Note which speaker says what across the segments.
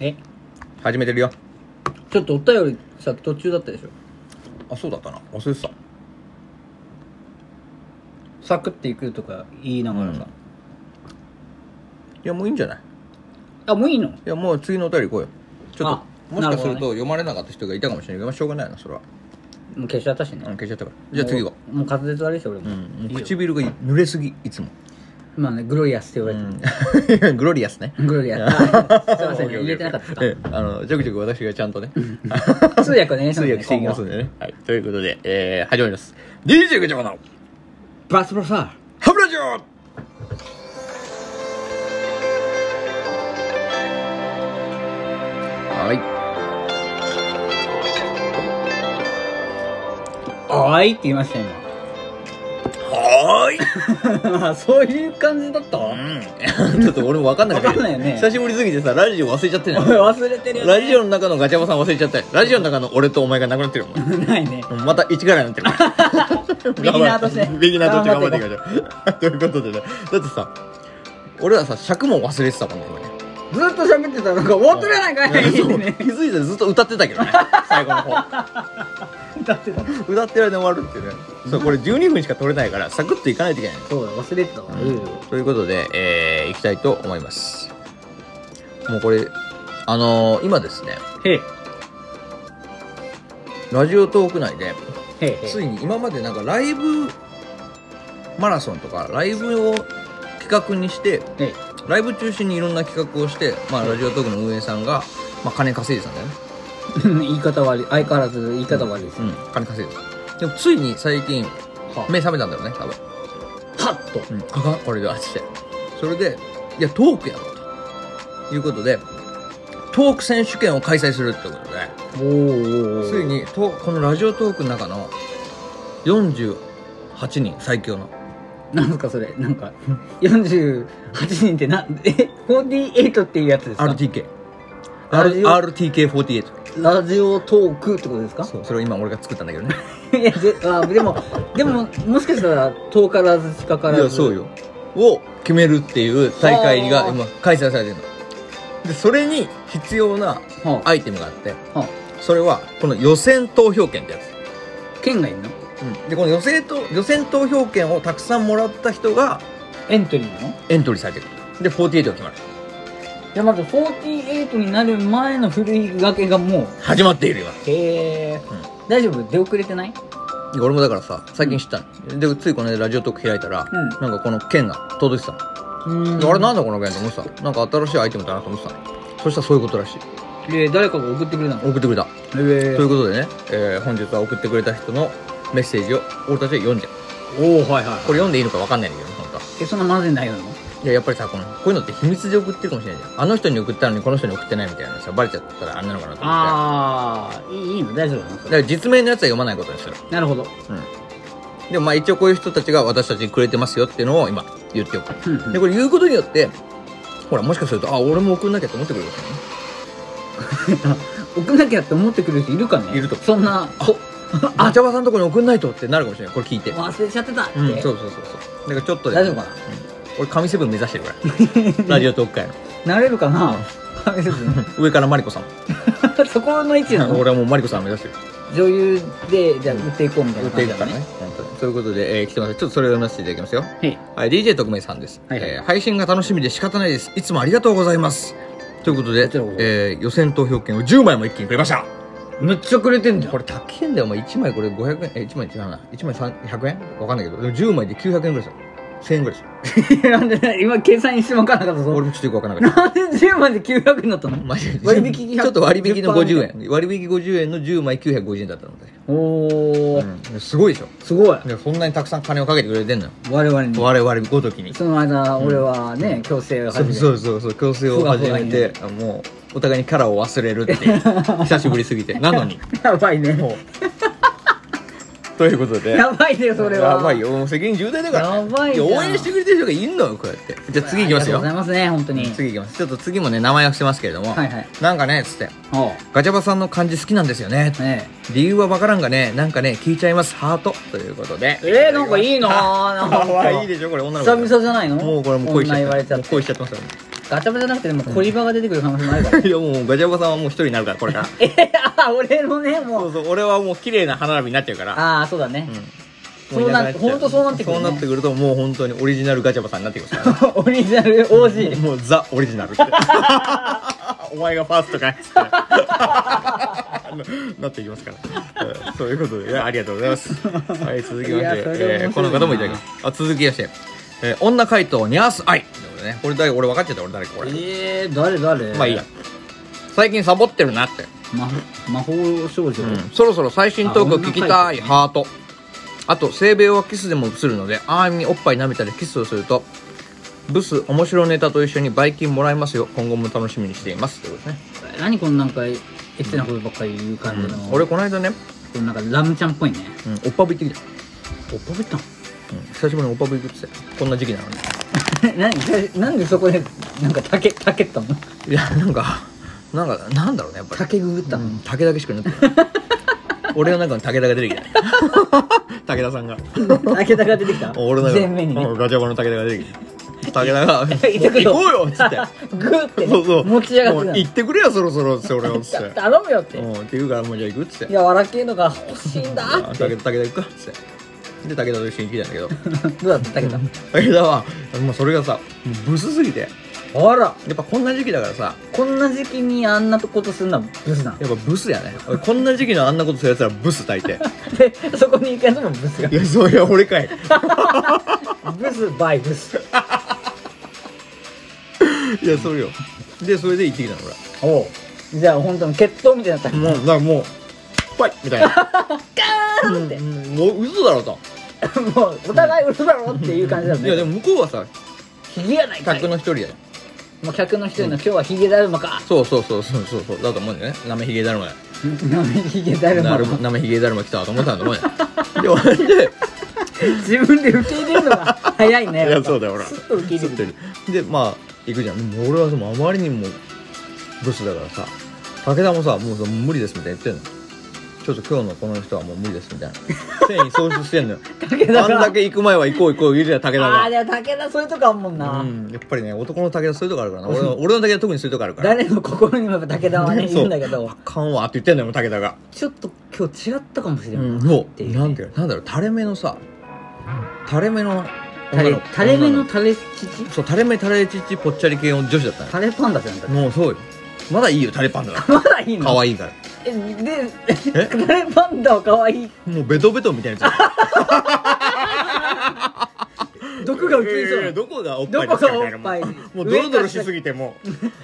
Speaker 1: え
Speaker 2: 始めてるよ
Speaker 1: ちょっとお便りさ途中だったでしょ
Speaker 2: あそうだったな忘れてた
Speaker 1: サクっていくとか言いながらさ、
Speaker 2: いやもういいんじゃない
Speaker 1: あもういいの
Speaker 2: いやもう次のお便り行こうよちょっ
Speaker 1: あ
Speaker 2: ともしか
Speaker 1: なる
Speaker 2: す
Speaker 1: ほど
Speaker 2: る
Speaker 1: ね
Speaker 2: と読まれなかった人がいたかもしれないけどまあしょうがないなそれは
Speaker 1: もう消しちゃったし
Speaker 2: うん
Speaker 1: ね
Speaker 2: 消しちゃったからじゃあ次は
Speaker 1: もうもう滑舌悪いし俺も,、
Speaker 2: う
Speaker 1: うん
Speaker 2: もう
Speaker 1: いいよ
Speaker 2: 唇が濡れすぎいつも
Speaker 1: まあねグロリアスって言わ
Speaker 2: う
Speaker 1: れてる、
Speaker 2: ん グロリアスね
Speaker 1: グロリ アスあすいません
Speaker 2: オッケーオッケー
Speaker 1: 言えてなかった
Speaker 2: ええあのちょくちょく私がちゃんとね
Speaker 1: か通訳お願いし
Speaker 2: 通
Speaker 1: ます、ね、
Speaker 2: 訳していきますんでねはいということでえー始まります DJ ガチャマの
Speaker 1: 今後バスブラさ
Speaker 2: ハブラジオはい
Speaker 1: おーいって言いました今
Speaker 2: はー い
Speaker 1: あそういう感じだったわ
Speaker 2: うん ちょっと俺も分かんなく
Speaker 1: 分かんないよね
Speaker 2: 久しぶりすぎてさラジオ忘れちゃってん
Speaker 1: おい
Speaker 2: じゃん
Speaker 1: 忘れてるよ、ね、
Speaker 2: ラジオの中のガチャバさん忘れちゃったよラジオの中の俺とお前がなくなってるよお前
Speaker 1: ないね
Speaker 2: うんまた一からになってる
Speaker 1: ビギナーとして
Speaker 2: ビギナーとして頑張っていきましょう ということでねだってさ俺らさ尺も忘れてたもんね今ね
Speaker 1: ずっと喋ってたのが大人なんか い
Speaker 2: そ
Speaker 1: いうね
Speaker 2: 気づいたらずっと歌ってたけどね最後の方
Speaker 1: だってた
Speaker 2: 歌ってる間に終わるっていうねそうこれ12分しか取れないからサクッといかないといけない
Speaker 1: そうだ忘れてたわ、ルールを
Speaker 2: ということで、えー、いきたいと思いますもうこれあのー今ですね
Speaker 1: へえ
Speaker 2: ラジオトーク内で
Speaker 1: へえ
Speaker 2: ついに今までなんかライブマラソンとかライブを企画にして
Speaker 1: へえ
Speaker 2: ライブ中心にいろんな企画をして、まあ、ラジオトークの運営さんが、まあ、金稼いでたんだよね、
Speaker 1: 言い方悪い相変わらず言い方悪いです、
Speaker 2: うん、金稼いでたでもついに最近
Speaker 1: は
Speaker 2: 目覚めたんだろうね多分
Speaker 1: ハッと
Speaker 2: うん、あかんこれであしてそれでいやトークやろうということでトーク選手権を開催するってことで
Speaker 1: おーお
Speaker 2: ついにとこのラジオトークの中の48人最強の
Speaker 1: なんすかそれなんか48人ってなえ48っていうやつですか
Speaker 2: RTK
Speaker 1: ラジオ
Speaker 2: RTK48
Speaker 1: ラジオトークってことですか
Speaker 2: そうそれを今俺が作ったんだけどね
Speaker 1: いやぜあでもでももしかしたら遠からず近 か
Speaker 2: い
Speaker 1: らず
Speaker 2: やそうよを決めるっていう大会が今開催されてるのでそれに必要な
Speaker 1: はあ
Speaker 2: アイテムがあって
Speaker 1: は
Speaker 2: それはこの予選投票権ってやつ
Speaker 1: あ、県外の
Speaker 2: でこの予選と予選投票権をたくさんもらった人が
Speaker 1: エントリーなの
Speaker 2: エントリーされてるで48が決まる
Speaker 1: じゃまず48になる前の古いがけがもう
Speaker 2: 始まっているよ
Speaker 1: へえ、
Speaker 2: ん
Speaker 1: 大丈夫出遅れてない
Speaker 2: 今俺もだからさ最近知ったのでついこの間ラジオトーク開いたら、
Speaker 1: うん
Speaker 2: なんかこの券が届いてたの
Speaker 1: うん
Speaker 2: であれなんだこの券と思ってたなんか新しいアイテムだなと思ってたのそしたらそういうことらしい
Speaker 1: で誰かが送ってくれたの
Speaker 2: 送ってくれた
Speaker 1: えー
Speaker 2: ということでね、えー本日は送ってくれた人のメッセージを俺たちは読んじゃう
Speaker 1: おおはいはい、はい
Speaker 2: これ読んでいいのか分かんないんだけどね本当は
Speaker 1: えそんな混ぜないの
Speaker 2: いややっぱりさこのこういうのって秘密で送ってるかもしれないじゃんあの人に送ったのにこの人に送ってないみたいなさバレちゃったらあんなのかなと思って
Speaker 1: ああいいいいの大丈夫なのそ
Speaker 2: だ
Speaker 1: れ
Speaker 2: から実名のやつは読まないことにする。
Speaker 1: なるほど
Speaker 2: うん。でもまあ一応こういう人たちが私たちにくれてますよっていうのを今言っておく。
Speaker 1: うん
Speaker 2: で、これ言うことによって、ほらもしかすると、あ、俺も送んなきゃと思ってくれるかもね。
Speaker 1: 送んなきゃって思ってくる人いるかね
Speaker 2: いると思う
Speaker 1: そんなこ
Speaker 2: あ、茶葉さんのとこに送んないとってなるかもしれない。これ聞いて。うん、
Speaker 1: 忘れちゃってたって、
Speaker 2: そうそうそうそう。だからちょっとで
Speaker 1: 大丈夫か
Speaker 2: 俺神セブン目指してるから。 ラジオトーク会の。
Speaker 1: ななれるかな
Speaker 2: 上からマリコさん。
Speaker 1: そこの位置なの
Speaker 2: 俺はもうマリコさん目指してる。
Speaker 1: 女優でじゃあ売っていこうみたい
Speaker 2: 売
Speaker 1: な
Speaker 2: って
Speaker 1: 感
Speaker 2: い
Speaker 1: じ
Speaker 2: く
Speaker 1: だ
Speaker 2: からね。本当に。ということで、えー来てます。ちょっとそれを読ませていただきますよ。
Speaker 1: はい
Speaker 2: はい、DJ 特命さんです、
Speaker 1: はいはい
Speaker 2: えー配信が楽しみで仕方ないですいつもありがとうございますということで
Speaker 1: こちらこそ、
Speaker 2: えー予選投票券を10枚も一気にくれました
Speaker 1: めっちゃくれてんじゃん
Speaker 2: これ高えんだよお前1枚これ500円え1枚違うな1枚100円わかんないけどでも10枚で900円ぐらいですよ1000円ぐらいですよ
Speaker 1: なんで 今計算一瞬分からなかったぞ
Speaker 2: 俺もちょっとよくわからなかっ
Speaker 1: なんで10万で900円だった
Speaker 2: た
Speaker 1: の
Speaker 2: マジで
Speaker 1: 割引
Speaker 2: ちょっと割引の50
Speaker 1: 10%
Speaker 2: 円割引50円の10枚950円だったので、
Speaker 1: おお、
Speaker 2: うんすごいでしょ
Speaker 1: すごい
Speaker 2: いやそんなにたくさん金をかけてくれてんのよ
Speaker 1: 我々に
Speaker 2: 我々ごときに
Speaker 1: その間俺はね、強制を
Speaker 2: そ
Speaker 1: 始
Speaker 2: う
Speaker 1: めて
Speaker 2: そうそうそう強制を始めてあもうお互いにキャラを忘れるって いう久しぶりすぎてなのに
Speaker 1: やばいね
Speaker 2: もう ということで
Speaker 1: やばいねそれは
Speaker 2: やばいよもう責任重大だから
Speaker 1: やばい
Speaker 2: い
Speaker 1: じゃ
Speaker 2: や
Speaker 1: ん
Speaker 2: 応援してくれてる人がいんのよこうやってじゃあ次いきますよ
Speaker 1: ありがとうございますね本当に
Speaker 2: 次いきますちょっと次もね名前は伏せますけれども、
Speaker 1: はいはい
Speaker 2: なんかねつって
Speaker 1: おう
Speaker 2: ガチャバさんの感じ好きなんですよね
Speaker 1: ね
Speaker 2: 理由はわからんがねなんかね聞いちゃいますハートということで
Speaker 1: えーなんかいいなぁ
Speaker 2: かわいいでしょこれ女の子
Speaker 1: 久々じゃないの
Speaker 2: もうこれもう恋し
Speaker 1: こん
Speaker 2: ちゃ
Speaker 1: な言われ
Speaker 2: っ
Speaker 1: ち
Speaker 2: て
Speaker 1: ゃっ
Speaker 2: もう
Speaker 1: て
Speaker 2: 恋しちゃってますよ
Speaker 1: ガチャバじゃなくてでもコリバが出てくる可能性もあるから
Speaker 2: いやもうガジャバさんはもう一人になるからこれから
Speaker 1: えあ俺のねも
Speaker 2: そう
Speaker 1: う
Speaker 2: そう俺はもう綺麗な歯並びになってるから
Speaker 1: ああそうだね、
Speaker 2: もい
Speaker 1: そう
Speaker 2: くっちゃ
Speaker 1: なほんとそうなってくるね
Speaker 2: そうなってくるともう本当にオリジナルガチャバさんになって くるか
Speaker 1: オリジナル OG
Speaker 2: らもうザオリジナル ってお前がファーストかいっ つってななっていきますから、うんそういうことでいやありがとうございますはい続き
Speaker 1: い
Speaker 2: まして
Speaker 1: やそれ面白いな
Speaker 2: えーこの方もいただきますあ続きまして、えー女回答にゃーす愛ということでねこれ誰俺分かっちゃった俺誰かこれ
Speaker 1: ええー、誰誰
Speaker 2: まあいいや最近サボってるなって
Speaker 1: 魔魔法少女、
Speaker 2: そろそろ最新トークを聞きたいハートあと性病はキスでもするのであーみおっぱい舐めたりキスをするとブス面白ネタと一緒にバイキンもらえますよ今後も楽しみにしていますということですね、
Speaker 1: 何このなんかエッチなことばっかり言う感じの、
Speaker 2: 俺この間ね、
Speaker 1: このなんかラムちゃんっぽいね
Speaker 2: うん、おっぱぶ行ってきた、
Speaker 1: おっぱぶったの
Speaker 2: うん、久しぶりにおっぱぶ行くってこんな時期なのに
Speaker 1: 何なんでそこでなんか竹竹ったの
Speaker 2: いやなんかなんかなんだろうねやっぱり
Speaker 1: 竹ググったの、
Speaker 2: うん武田しくなって た俺の中の武田が出てきた 武田さんが
Speaker 1: 竹田が出てきた
Speaker 2: 俺の中
Speaker 1: 前面にね
Speaker 2: うんガチャバの武田が出てきた武田が 「
Speaker 1: 行ってくる
Speaker 2: 行こうよ」っつって
Speaker 1: グーって
Speaker 2: そうそう
Speaker 1: 持ち上がっ
Speaker 2: も
Speaker 1: て
Speaker 2: う行ってくれよそろそろって俺はっ つ
Speaker 1: た
Speaker 2: っ
Speaker 1: の
Speaker 2: て
Speaker 1: 頼むよって、
Speaker 2: うんって言うからもうじゃあ行くっつって
Speaker 1: 柔らけえのが欲しいん
Speaker 2: あ
Speaker 1: だ
Speaker 2: 武
Speaker 1: っ
Speaker 2: 田
Speaker 1: て
Speaker 2: 武田行くかっつってで武田と一緒に来たんだけど
Speaker 1: どう だった竹田
Speaker 2: 武田はもうそれがさブスすぎてや
Speaker 1: あら
Speaker 2: っぱこんな時期だからさ
Speaker 1: こんな時期にあんなことすんのはブスなの
Speaker 2: やっぱブスやね俺こんな時期のあんなことするやつらブス大 抵
Speaker 1: でそこに行くやつもブスが
Speaker 2: いやそういや俺かい
Speaker 1: ブスバイブス
Speaker 2: いやそれよでそれで行ってきたのほら
Speaker 1: おうじゃあ本当に決闘みたいになった
Speaker 2: もうなんかもう「パイ!」みた いな
Speaker 1: ガーンって
Speaker 2: 「もう嘘だろ」と
Speaker 1: もうお互い嘘だろっていう感じだよ
Speaker 2: いやで
Speaker 1: ね
Speaker 2: も向こうはさ
Speaker 1: ヒゲやないかい
Speaker 2: 客の一人や
Speaker 1: もう客の一人の今日はヒゲだるまか
Speaker 2: そうそうそうそうそうそうだと思うんだよねなめひげだるまや
Speaker 1: なめヒゲだるま
Speaker 2: なるなめひげだるま来たと思ったんだもんね で俺で
Speaker 1: 自分で受け入れるのが早いね
Speaker 2: いやそうだよほら
Speaker 1: すっと受け入れる
Speaker 2: でまあ行くじゃんでも俺はでもあまりにもブスだからさ武田もさもうさ無理ですみたいな言ってんのちょっと今日のこの人はもう無理です みたいなせいに喪失してんのよ
Speaker 1: 武田
Speaker 2: あん
Speaker 1: が
Speaker 2: だけ行く前は行こう行こう言うじゃん武田
Speaker 1: ああ
Speaker 2: が
Speaker 1: ーでも武田そういうとこあんもんな、
Speaker 2: うんやっぱりね男の武田そういうとこあるから な俺の俺の武田特にそういうとこあるから
Speaker 1: 誰の心にもやっぱ武田はねい
Speaker 2: そう
Speaker 1: るんだけ
Speaker 2: あ
Speaker 1: ど
Speaker 2: かんわって言ってんのよ武田が
Speaker 1: ちょっと今日違ったかもしれない、
Speaker 2: そ
Speaker 1: て
Speaker 2: う
Speaker 1: いうね
Speaker 2: なんていうのなんだろう垂れ目のさ垂れ目の
Speaker 1: タ
Speaker 2: 女
Speaker 1: レ
Speaker 2: の子
Speaker 1: タレ目の
Speaker 2: 女
Speaker 1: タレ父
Speaker 2: 子そう垂れ目垂れちちぽっちゃり系の女子だったの
Speaker 1: タレパンダじゃんだっ
Speaker 2: よもうそうよまだいいよ垂れパ ンダだ
Speaker 1: てまだいいの
Speaker 2: 可愛いから
Speaker 1: えでタレパンダは可愛い
Speaker 2: もうベトベトみたいなや
Speaker 1: 毒が受けそ
Speaker 2: つ
Speaker 1: う、
Speaker 2: いやいやどこがおっぱいです
Speaker 1: ど
Speaker 2: か
Speaker 1: こがお
Speaker 2: みたいな
Speaker 1: っぱい
Speaker 2: もうドロドロしすぎても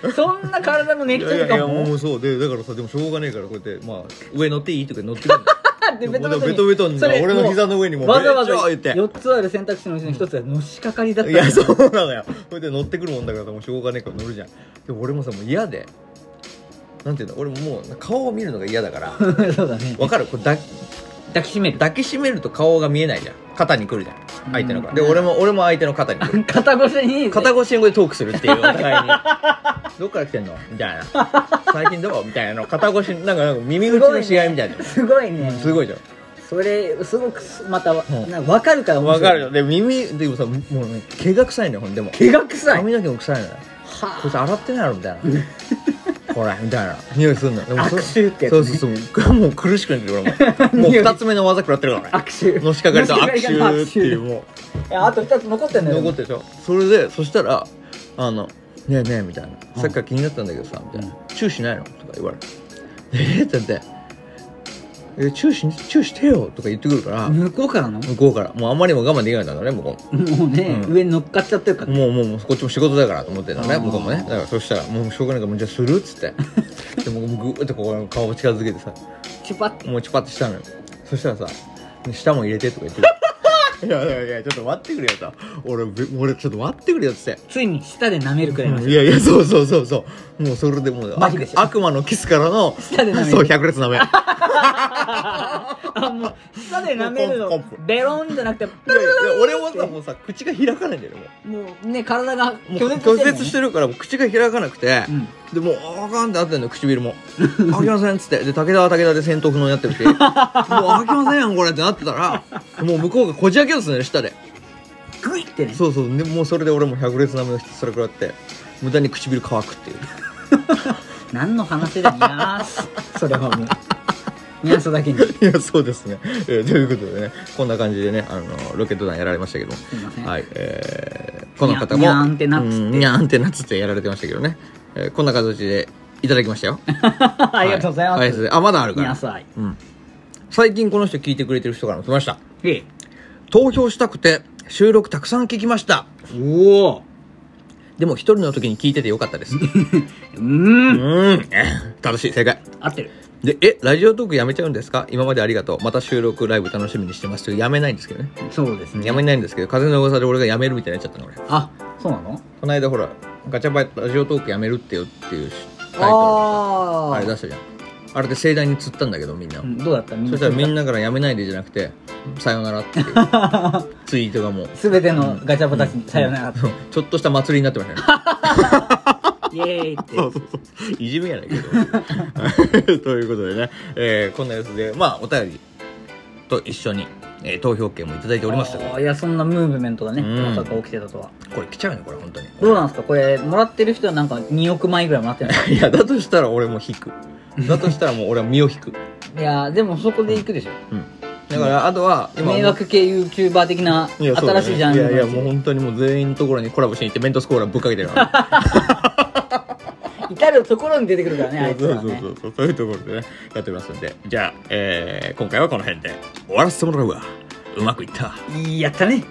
Speaker 2: う
Speaker 1: そんな体の熱
Speaker 2: いやい
Speaker 1: 中と
Speaker 2: やい
Speaker 1: か
Speaker 2: や
Speaker 1: も
Speaker 2: もうそうでだからさでもしょうがねえからこうやってまあ上乗っていいとか乗ってくる
Speaker 1: あでベトベトに
Speaker 2: ベトベトに
Speaker 1: それ
Speaker 2: 俺の膝の上にもう
Speaker 1: わざわざ
Speaker 2: ベチョー言って
Speaker 1: 4つある選択肢のうちの1つがのしかかりだった
Speaker 2: い やそうなのよそれで乗ってくるもんだからもうしょうがねえから乗るじゃんでも俺もさもう嫌でなんていうの俺ももう顔を見るのが嫌だから
Speaker 1: そうだね
Speaker 2: わかるこうだ
Speaker 1: 抱きしめる
Speaker 2: 抱きしめると顔が見えないじゃん肩に来るじゃん相手の
Speaker 1: う
Speaker 2: 顔
Speaker 1: ん
Speaker 2: で俺も俺も相手の肩に来る
Speaker 1: 肩越しに
Speaker 2: 肩越しにでトークするっていうお互いに どっから来てんのみたいな最近どうみたいなの肩越しになんかなんか耳打ちの試合みたいな
Speaker 1: すごいね
Speaker 2: すごいじゃん
Speaker 1: それすごくまたわ
Speaker 2: うん
Speaker 1: なんか分かるから面
Speaker 2: わ
Speaker 1: 白い
Speaker 2: かるよで耳でもさもうね毛が臭いのよほんでも
Speaker 1: 毛が臭い
Speaker 2: 髪の毛も臭いのよこいつ
Speaker 1: は
Speaker 2: 洗ってないやろみたい なほらみたいな匂いすんのでもそ
Speaker 1: 悪臭ってやつ
Speaker 2: そ
Speaker 1: ね
Speaker 2: うそうそうもう苦しくなって る俺ももう
Speaker 1: 匂い
Speaker 2: 2つ目の技食らってるから
Speaker 1: あ
Speaker 2: ね
Speaker 1: 握手
Speaker 2: のしかかりと
Speaker 1: の
Speaker 2: 悪
Speaker 1: しが
Speaker 2: 臭
Speaker 1: り
Speaker 2: っ
Speaker 1: と
Speaker 2: ていうも
Speaker 1: いやあと2つ残ってん
Speaker 2: う
Speaker 1: だよ
Speaker 2: 残ってるでしょそれでそしたらあの「ねえねえ」みたいな「さっきから気になったんだけどさ」みたいな「チューしないの?」とか言われて「えっ?」ってなって「えチューしチューしてよ」とか言ってくるから
Speaker 1: 向こうからの
Speaker 2: 向こうからもうあんまりも我慢できないんだからね向こうも
Speaker 1: もうね、
Speaker 2: うん
Speaker 1: 上に乗っかっちゃってるから、
Speaker 2: もうもうもうこっちも仕事だからと思ってたのね
Speaker 1: あー
Speaker 2: 向こうもねだからそしたらもうしょうがないからもうじゃあするっつって でもうグーッとここの顔を近づけてさ
Speaker 1: チュパって
Speaker 2: もうチュパッとしたのよそしたらさ「舌も入れて」とか言ってくる いやいやいやちょっと待ってくれよと俺べ俺ちょっと待ってくれよっつって
Speaker 1: ついに舌で舐めるくらいまで、
Speaker 2: いやいやそうそうそうそうもうそれでもう
Speaker 1: マジで
Speaker 2: 悪
Speaker 1: しょ
Speaker 2: 悪魔のキスからの
Speaker 1: 舌で舐める
Speaker 2: そう百列な め
Speaker 1: あもう舌で舐める
Speaker 2: コ
Speaker 1: の
Speaker 2: ンプコン
Speaker 1: ベロンじゃなくて
Speaker 2: いやいや俺もさもうさ口が開かないんだよねもう
Speaker 1: もうね体が
Speaker 2: もう
Speaker 1: 拒絶してる、ね、
Speaker 2: 拒絶してるからもう口が開かなくて、
Speaker 1: うん
Speaker 2: でもうあかんってなってんの唇も「開きません」っつってで武田は武田で戦闘不能になってる しもう開きませんやんこれってなってたらもう向こうがこじ開けようとするのよ舌で
Speaker 1: グイってね
Speaker 2: そうそうでもうそれで俺も百列な目をひたすら食らって無駄に唇乾くっていう
Speaker 1: 何の話だニャー スそれはもうニャースだけにす
Speaker 2: いやそうですね、えーということでねこんな感じでねあのロケット団やられましたけど
Speaker 1: いません、
Speaker 2: はいえーこの方も
Speaker 1: にゃにゃーんってなっつって
Speaker 2: うんにゃーんってなっつってやられてましたけどね、えーこんな形でいただきましたよ
Speaker 1: ありがとうございます、
Speaker 2: はありがとうござますあまだあるか
Speaker 1: ニャ
Speaker 2: ら
Speaker 1: ース愛
Speaker 2: うん、最近この人聞いてくれてる人からも来ました
Speaker 1: ええ
Speaker 2: 投票したくて収録たくさん聞きました
Speaker 1: おお
Speaker 2: でも一人の時に聞いててよかったです う
Speaker 1: うん
Speaker 2: ーん正しい正解
Speaker 1: 合ってる
Speaker 2: でえラジオトークやめちゃうんですか今までありがとうまた収録ライブ楽しみにしてますというやめないんですけどね
Speaker 1: そうですね
Speaker 2: やめないんですけど風の噂で俺がやめるみたいになっちゃったの俺
Speaker 1: あそうなの
Speaker 2: この間ほらガチャバイラジオトークやめるってよっていうタイトル
Speaker 1: あ
Speaker 2: のさあれ出したじゃんあれで盛大に釣ったんだけどみんな、
Speaker 1: うんどうだったみん
Speaker 2: そ
Speaker 1: な
Speaker 2: したらみんなからやめないでじゃなくてさよな らっていうツイートがもう
Speaker 1: 全てのガチャバたちにさよなら
Speaker 2: そうちょっとした祭りになってました ね
Speaker 1: イエーイって
Speaker 2: そうそうそう。いじめやない けど。ということでね、えーこんなやつで、まあ、お便りと一緒に、えー投票権もいただいております
Speaker 1: あーいやそんなムーブメントがね
Speaker 2: うん
Speaker 1: まさか起きてたとは
Speaker 2: これ来ちゃうね、これ、本当に。
Speaker 1: どうなんですかこれもらってる人はなんか2億枚ぐらいもらってるんで
Speaker 2: いや、だとしたら俺も引く。だとしたらもう俺は身を引く。
Speaker 1: すかいやでもそこでいくでしょ
Speaker 2: うん。だから、あとは、
Speaker 1: 迷惑系 YouTuber 的ない
Speaker 2: やそうだね
Speaker 1: 新しいジャンルの
Speaker 2: いやいや、もう本当にもう全員のところにコラボしに行って、メントスコーラぶっかけてるから。
Speaker 1: 至る所に出てくる からねあいつ
Speaker 2: そう
Speaker 1: ら
Speaker 2: そうそ
Speaker 1: ね
Speaker 2: うそうそういうところでねやってますんでじゃあ、えー今回はこの辺で終わらせてもらうわうまくいった
Speaker 1: いいやったね